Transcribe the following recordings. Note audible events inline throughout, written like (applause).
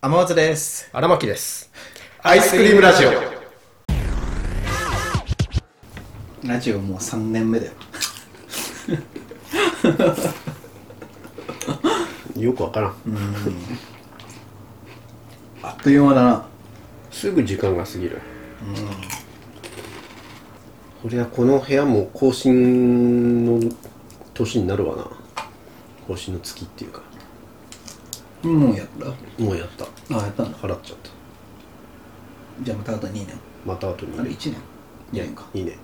天松です。荒牧です。アアイイススククリリームームララジジオオ。ラジオもう3年目だよ。よくわからん、あっという間だな。すぐ時間が過ぎる、こりゃこの部屋も更新の年になるわな更新の月っていうかもうやったもうやったあ、やったんだ。払っちゃったじゃあまたあと2年。また後にあれ1年 ?2 年か。いいね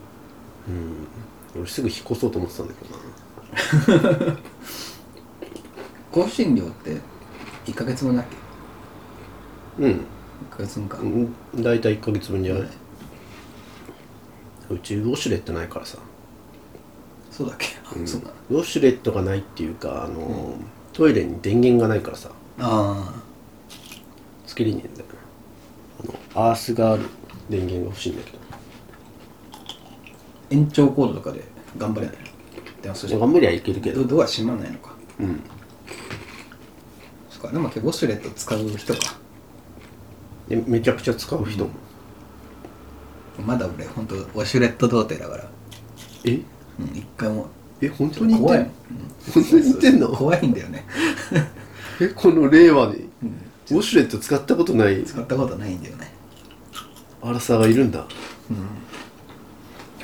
うん俺すぐ引っ越そうと思ってたんだけどな更新料って1ヶ月分だっけうん1ヶ月分か。うん大体1ヶ月分じゃない、うちウォシュレットないからさ、そうだっけあ、そうか。ウォシュレットがないっていうかあの、トイレに電源がないからさあつけれねえんだよあのアースがある電源が欲しいんだけどあ、延長コードとかで頑張れない。電話するじゃん頑張りゃいけるけドどドア閉まんないのか。うんそっか、でもウォシュレット使う人か。でめちゃくちゃ使う人も、まだ俺、ほんと、ウォシュレット童貞だから。えうん、一回も。え本当に言って怖んいの本当に言ってんうん。の怖いんだよ (laughs) ね。えこの令和でウォシュレット使ったことない使ったことないんだよね。アラサーがいるんだ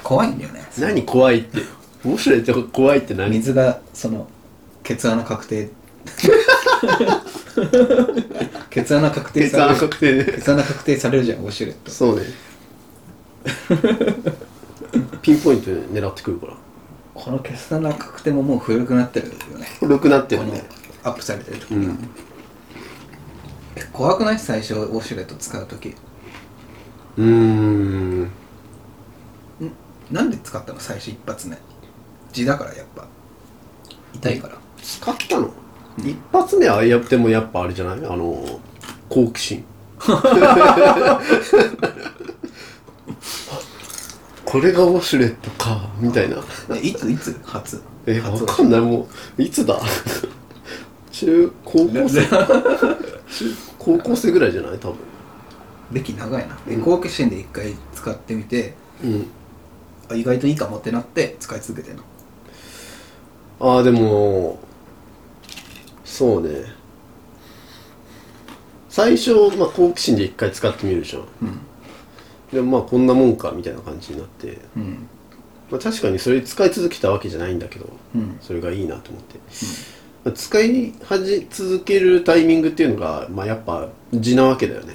怖いんだよね。何怖いってウォシュレットが怖いって何水がそのケツ穴確 (laughs) 定ケツ穴確定血され圧る確定ケでツ穴確定されるじゃんウォシュレットそう (laughs) ねピンポイントで狙ってく (laughs) るからこのケツ穴確定ももう古くなってるよね黒くなってこるのねアップされてる時、うん怖くない最初ウォシュレット使う時うーんなんで使ったの最初一発目地だからやっぱ痛いから使ったの、一発目はやってもやっぱあれじゃないあの好奇 (laughs) 心これがウォシュレットかみたいなえいついつ初え初わかんないもういつだ中高校生中高校生ぐらいじゃない多分歴長いなでうん好奇心で一回使ってみてうんあ意外といいかもってなって使い続けてんのああでもそうね最初、まあ、好奇心で一回使ってみるじゃんうんでもまあこんなもんかみたいな感じになって、うんまあ、確かにそれ使い続けたわけじゃないんだけどうんそれがいいなと思って、まあ使い始め続けるタイミングっていうのが、まあ、やっぱ地なわけだよね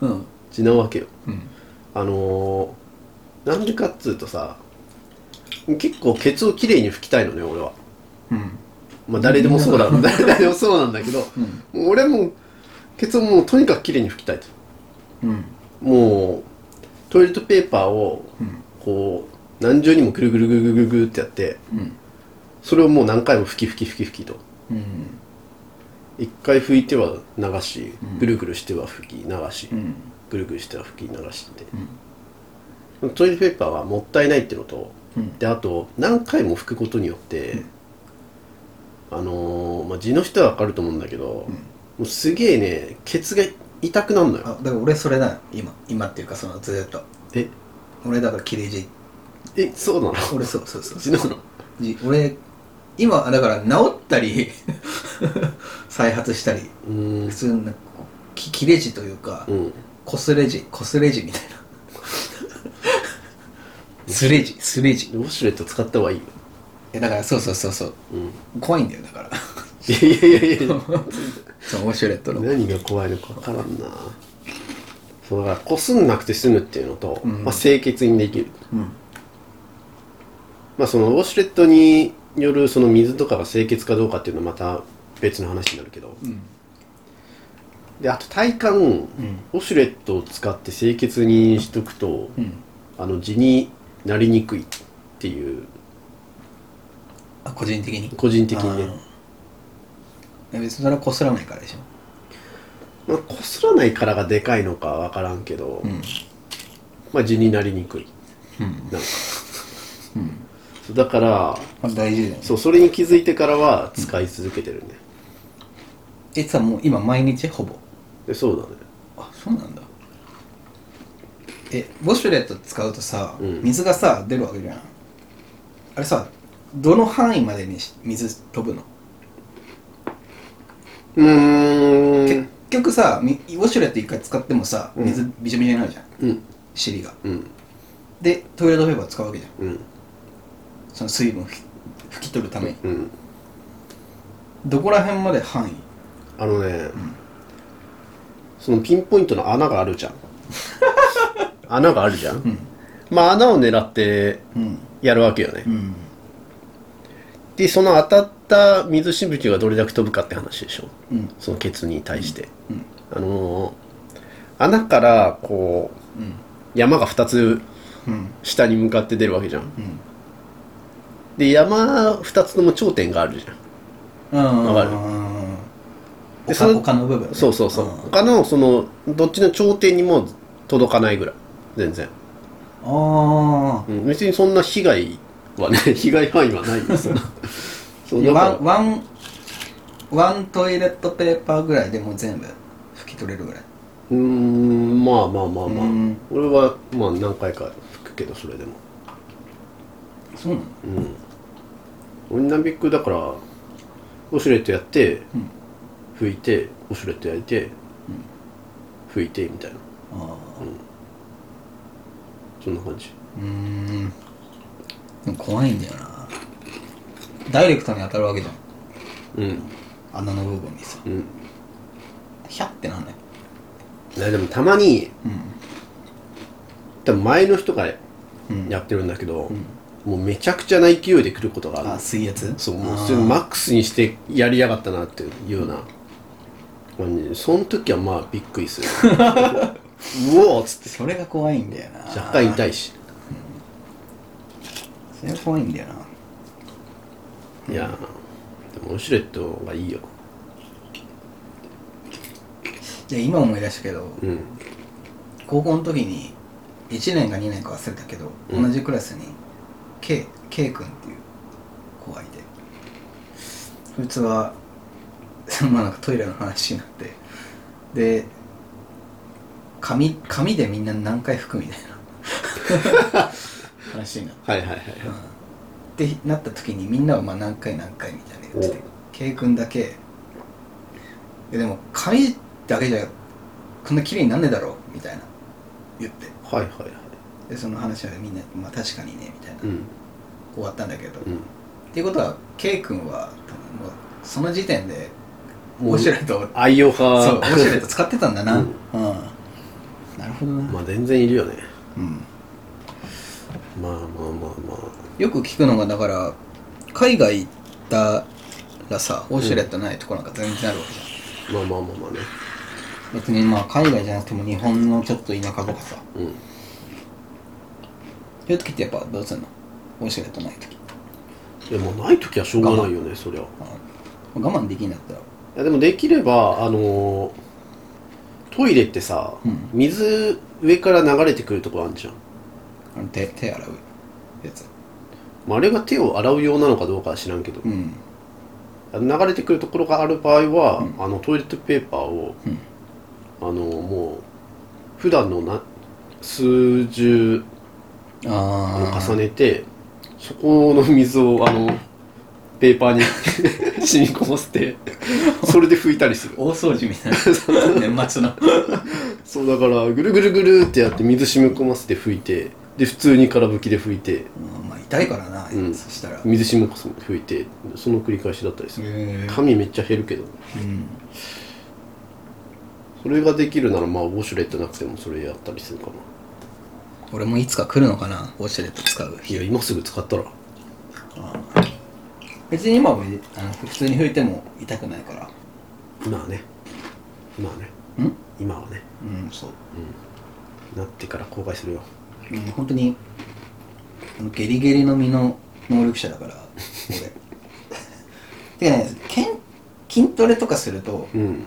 うん地なわけようんあのー、なんでかっつうとさ結構ケツをきれいに拭きたいのね俺はうんまあ誰でもそうだ (laughs) 誰でもそうなんだけど、うんもう俺もケツをもうとにかくきれいに拭きたいとうんもうトイレットペーパーをうんこう何重にもぐるぐるぐるぐるぐるってやってうんそれをもう何回も吹き吹き吹き吹きとうん一回拭いては流しうんぐるぐるしては吹き流し、うんぐるぐるしては吹き流しって、トイレットペーパーはもったいないってのとうんであと何回も拭くことによって、あのーまあ、地の人は分かると思うんだけど、もうすげえねケツが痛くなるのあよだから俺それだよ今今っていうかそのずーっとえ俺だから切れ字えそうなの俺そうそう (laughs) そう地ののじ俺今だから治ったり再発したりうーん普通のき切れ字というかうんこすれ字こすれ字みたいなすれ字すれ字ウォシュレット使った方がいいよ、えだからそうそうそうそううん、怖いんだよだからいやいやいや (laughs) いやそのウォシュレットの何が怖いのか分からんなそうだからこすんなくて済むっていうのと、うんまあ、清潔にできる、うんまあ、そのウォシュレットによるその水とかが清潔かどうかっていうのはまた別の話になるけどうんであと体感、ウォシュレットを使って清潔にしとくと、うんあの地になりにくいっていうあ個人的に個人的にねあー別にそれはこすらないからでしょまあ、こすらないからがでかいのかは分からんけど、んまあ、地になりにくいうんなんか、そうだからまあ大事だよねそうそれに気づいてからは使い続けてるね、えさもう今毎日ほぼでそうだねあそうなんだえウォシュレット使うとさ、うん水がさ出るわけじゃんあれさどの範囲までにし水飛ぶの、うーん結局さみウォシュレット一回使ってもさうん水びちゃびちゃになるじゃんうん尻がうんでトイレットペーパー使うわけじゃんうんその水分を拭き拭き取るためにうんどこら辺まで範囲あのね、そのピンポイントの穴があるじゃ (laughs) ん穴があるじゃん、んまあ穴を狙ってうんやるわけよね、うんでその当たった水しぶきがどれだけ飛ぶかって話でしょうんそのケツに対して、うんあのー穴からこううん山が2つうん下に向かって出るわけじゃんうんで山2つとも頂点があるじゃんうんわかるでそ他の他の部分ねそうそうそう、ん他のそのどっちの頂点にも届かないぐらい全然、あうん、別にそんな被害はね (laughs) 被害範囲はないんで (laughs) すよそうあだワンからワンワントイレットペーパーぐらいでもう全部拭き取れるぐらいうーんまあまあまあまあ、うん俺はまあ何回か吹くけどそれでもそうなのうん俺ナビックだからウォシュレットやって、うん拭いてウォシュレットやいて、拭いてみたいなああそんな感じうーんでも怖いんだよなダイレクトに当たるわけじゃんうん穴の部分にさうんヒャってなんないいやでもたまに多分前の人がうんうんやってるんだけど、んもうめちゃくちゃな勢いで来ることがあるあ水圧そうもうあーそれマックスにしてやりやがったなっていうような感じでその時はまあびっくりす (laughs) るうおーっつっそれが怖いんだよなて若干痛いしそれが怖いんだよないやーでもウォシュレットがいいよいや今思い出したけどうん高校の時に1年か2年か忘れたけど、うん同じクラスに K, K 君っていう子がいてそいつは (laughs) まあなんかトイレの話になってで紙紙でみんな何回拭くみたいな (laughs) 話になってはいはいはいってなった時にみんなはまあ何回何回みたいな言っててお K 君だけえでも紙だけじゃこんな綺麗になんねえだろうみたいな言ってはいはいはいでその話はみんな、まあ、確かにねみたいなうん終わったんだけど、うっんていうことは K 君は多分もうその時点でもオうシュレットを愛用派そうオシュレット使ってたんだなううんん、なるほどな、 (laughs) まあ全然いるよねうん、まあまあまあまあよく聞くのがだから海外行ったらさオシュレットないとこなんか全然あるわけじゃんまあまあまあまあね別にまあ海外じゃなくても日本のちょっと田舎とかさうんそういう時ってやっぱどうすんのウォシュレットない時でもない時はしょうがないよねそりゃあ我慢できんだったらいやでもできればあのートイレってさ、うん水上から流れてくるとこあるじゃん、あの手手洗うやつまあ、あれが手を洗う用なのかどうかは知らんけど、うん流れてくるところがある場合は、うんあのトイレットペーパーを、うんあのーもう普段のな数十あのああ重ねてそこの水をあのペーパーに (laughs) 染み込ませてそれで拭いたりする大掃除みたいな年末のそうだからぐるぐるぐるってやって水染み込ませて拭いてで普通に空拭きで拭いてうんまあ痛いからな、うんそしたらへ水染み込ませて拭いてその繰り返しだったりするえ髪めっちゃ減るけどうんそれができるならまあウォシュレットなくてもそれやったりするかな俺もいつか来るのかなウォシュレット使うい日や今すぐ使ったら別に今はあの普通に拭いても痛くないから今はね今はねうん今はねうんそうなってから後悔するようん、本当にあのゲリゲリの身の能力者だから俺 (laughs) てかねけん筋トレとかするとうん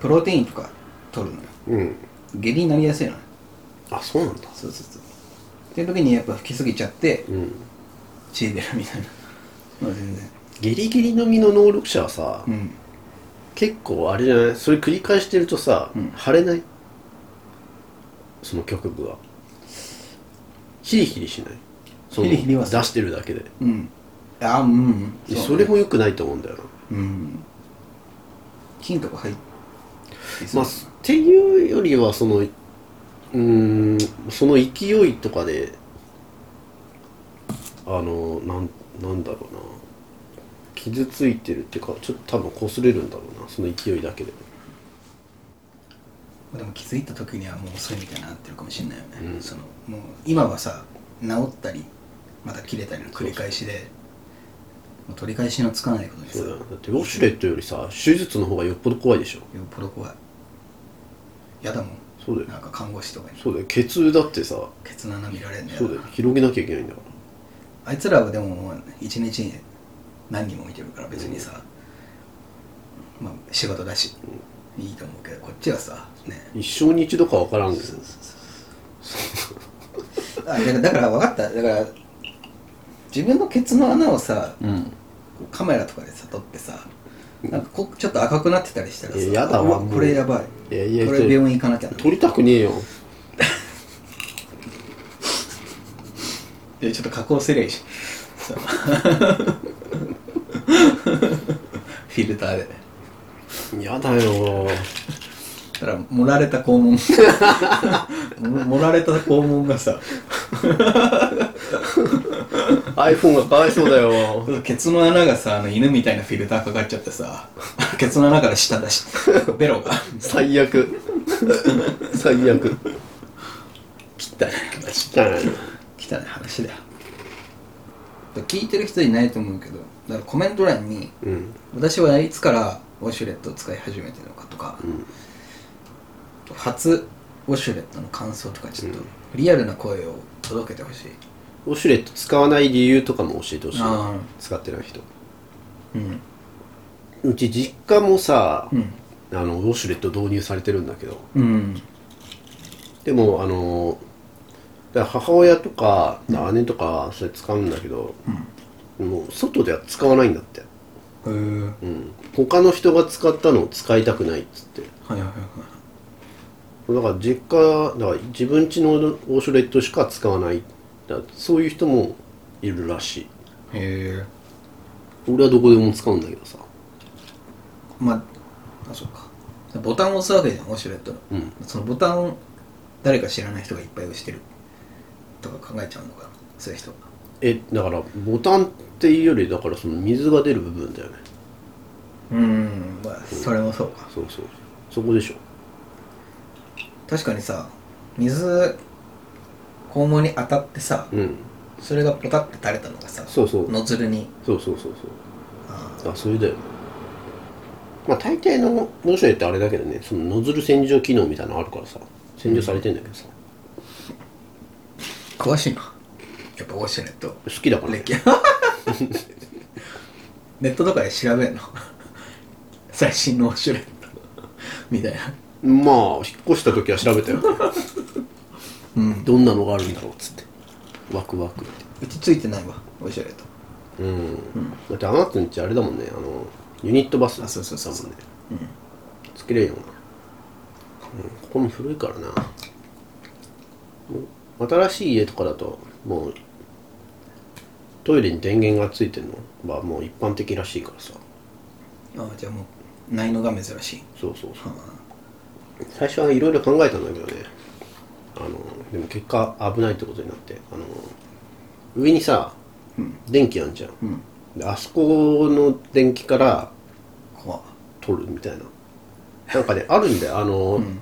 プロテインとか取るのようん下痢になりやすいのよあそうなんだそうそうそうっていう時にやっぱ吹きすぎちゃってうん血出るみたいなまあ全然ギリギリの身の能力者はさ、うん結構あれじゃないそれ繰り返してるとさ、うん腫れないその局部はヒリヒリしないそのヒリヒリはする出してるだけでうんあうんうんそうれも良くないと思うんだよなうん金とか入ってまそうあ、っていうよりはそのうーんその勢いとかであのなんなんだろうな傷ついてるっていうかちょっと多分擦れるんだろうなその勢いだけででも気づいた時にはもう遅いみたいになってるかもしれないよね、うんそのもう今はさ治ったりまた切れたりの繰り返しでもう取り返しのつかないことにさそうだよよだってウォシュレットよりさ手術の方がよっぽど怖いでしょっぽど怖いやだもんそうだよなんか看護師とかにそうだよケツだってさケツの穴見られんだよそうだよ広げなきゃいけないんだからあいつらはでももう一日に何人も見てるから別にさ、まあ仕事だし、いいと思うけどこっちはさね一生に一度かわからんけどあだからだから分かっただから自分のケツの穴をさうんカメラとかでさ撮ってさなんかこちょっと赤くなってたりしたらさいややだわあこもれうこれやばいいやいやこれ病院行かなきゃな取りたくねえよいやちょっと加工すりゃいいしそう (laughs) フィルターでやだよだから盛られた肛門 (laughs) も盛られた肛門がさ iPhone がかわいそうだよケツの穴がさあの犬みたいなフィルターかかっちゃってさケツの穴から舌出しベロ (laughs) が最悪 (laughs) 最悪汚い話汚い汚い話だよだから聞いてる人いないと思うけどだからコメント欄にうん「私はいつからウォシュレットを使い始めてるのか」とかうん「初ウォシュレットの感想」とかちょっとリアルな声を届けてほしいウォシュレット使わない理由とかも教えてほしいああ使ってない人うんうち実家もさ、うんあのウォシュレット導入されてるんだけどうんでもあのだから母親とか姉とかそれ使うんだけど、もう外では使わないんだって、へえうん、他の人が使ったのを使いたくないっつってはいはいはいはいだから実家だから自分家のウォシュレットしか使わないだからそういう人もいるらしいへえ俺はどこでも使うんだけどさまああそうかボタンを押すわけじゃんウォシュレットのうんそのボタンを誰か知らない人がいっぱい押してるとか考えちゃうのかなそういう人はえだからボタンっていうよりだからその水が出る部分だよねうんまあそれもそうかそうそうそこでしょ確かにさ水肛門に当たってさうんそれがポタって垂れたのがさそうそうノズルにそうそうそうあそうあそれだよまあ大抵のウォシュレットあれだけどねそのノズル洗浄機能みたいなのあるからさ洗浄されてんだけどさ、ー詳しいなやっぱウォシュレット好きだから、ね、歴 (laughs) ネットとかで調べんの最新のウォシュレットみたいなまあ引っ越した時は調べたよ (laughs) うんどんなのがあるんだろうっつってワクワクってうちついてないわウォシュレットうん、だってあなたんちあれだもんねあのユニットバスあそうそうそうそうだもんね、つけれんよな、うん、ここも古いからなもう新しい家とかだともうトイレに電源がついてるのはもう一般的らしいからさああじゃあもうないのが珍しいそうそうそうは最初はいろいろ考えたんだけどねあのでも結果危ないってことになってあの上にさ、電気あんじゃんあうんであそこの電気から怖っ取るみたいななんかねあるんだよあの、うん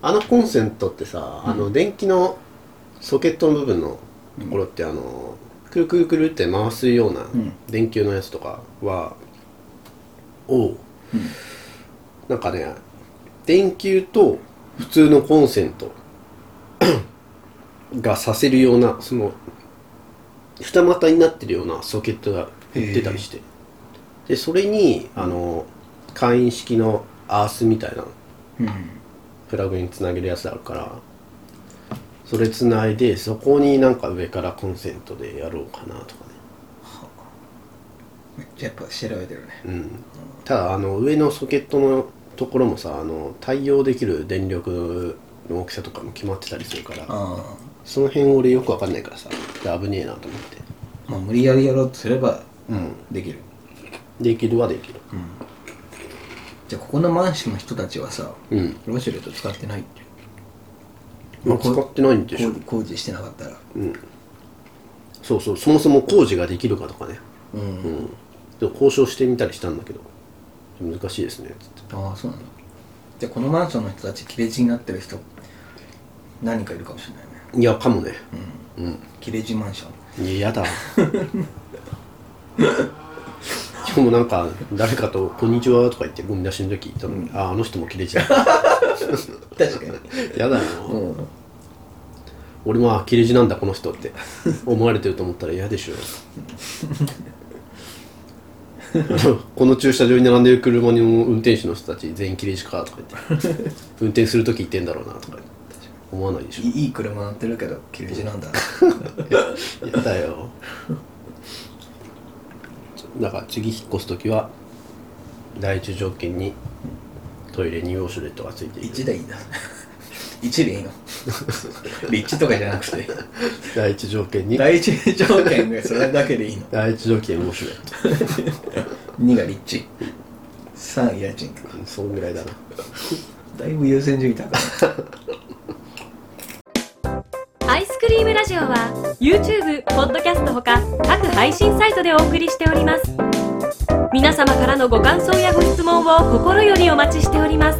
あのコンセントってさ、あの電気のソケットの部分のところって、あのくるくるくるって回すようなん電球のやつとかは、をなんかね電球と普通のコンセント (coughs) がさせるようなその二股になってるようなソケットが売ってたりしてでそれにあの会員式のアースみたいなうんプラグにつなげるやつあるからそれつないでそこになんか上からコンセントでやろうかなとかねめっちゃやっぱ調べてるねうん、ただあの上のソケットのところもさあの対応できる電力の大きさとかも決まってたりするからあその辺俺よくわかんないからさで危ねえなと思ってあまあ無理やりやろうとすればうんできるできるはできるじゃあここのマンションの人たちはさうん、ウォシュレット使ってないってまあ、こ使ってないんでしょ工事工事してなかったらそうそうそもそも工事ができるかとかねうん、うんでも交渉してみたりしたんだけど難しいですねつってああそうなんだじゃあこのマンションの人たち亀裂になってる人何人かいるかもしれないねいやかもねうん亀裂マンションいややだ今日もなんか誰かと「こんにちは」とか言ってゴミ出しの時言ったのに、あああの人も切れちゃう確かにやだよ、うん俺もあ切れ字なんだこの人って思われてると思ったら嫌でしょあのこの駐車場に並んでる車の運転手の人たち全員切れ字かとか言って運転する時言ってんだろうなとか思わないでしょいいい車乗ってるけど亀裂なんだやだよだから次引っ越す時は第一条件にトイレにウォシュレットがついている1でいい (laughs) んだ1でいいの立地とかじゃなくて第一条件に第一条件がそれだけでいいの第一条件ウォシュレッ2が立地3家賃トそんぐらいだなだいぶ優先順位高いアイスクリームラジオは YouTube、ポッドキャストほか各配信サイトでお送りしております皆様からのご感想やご質問を心よりお待ちしております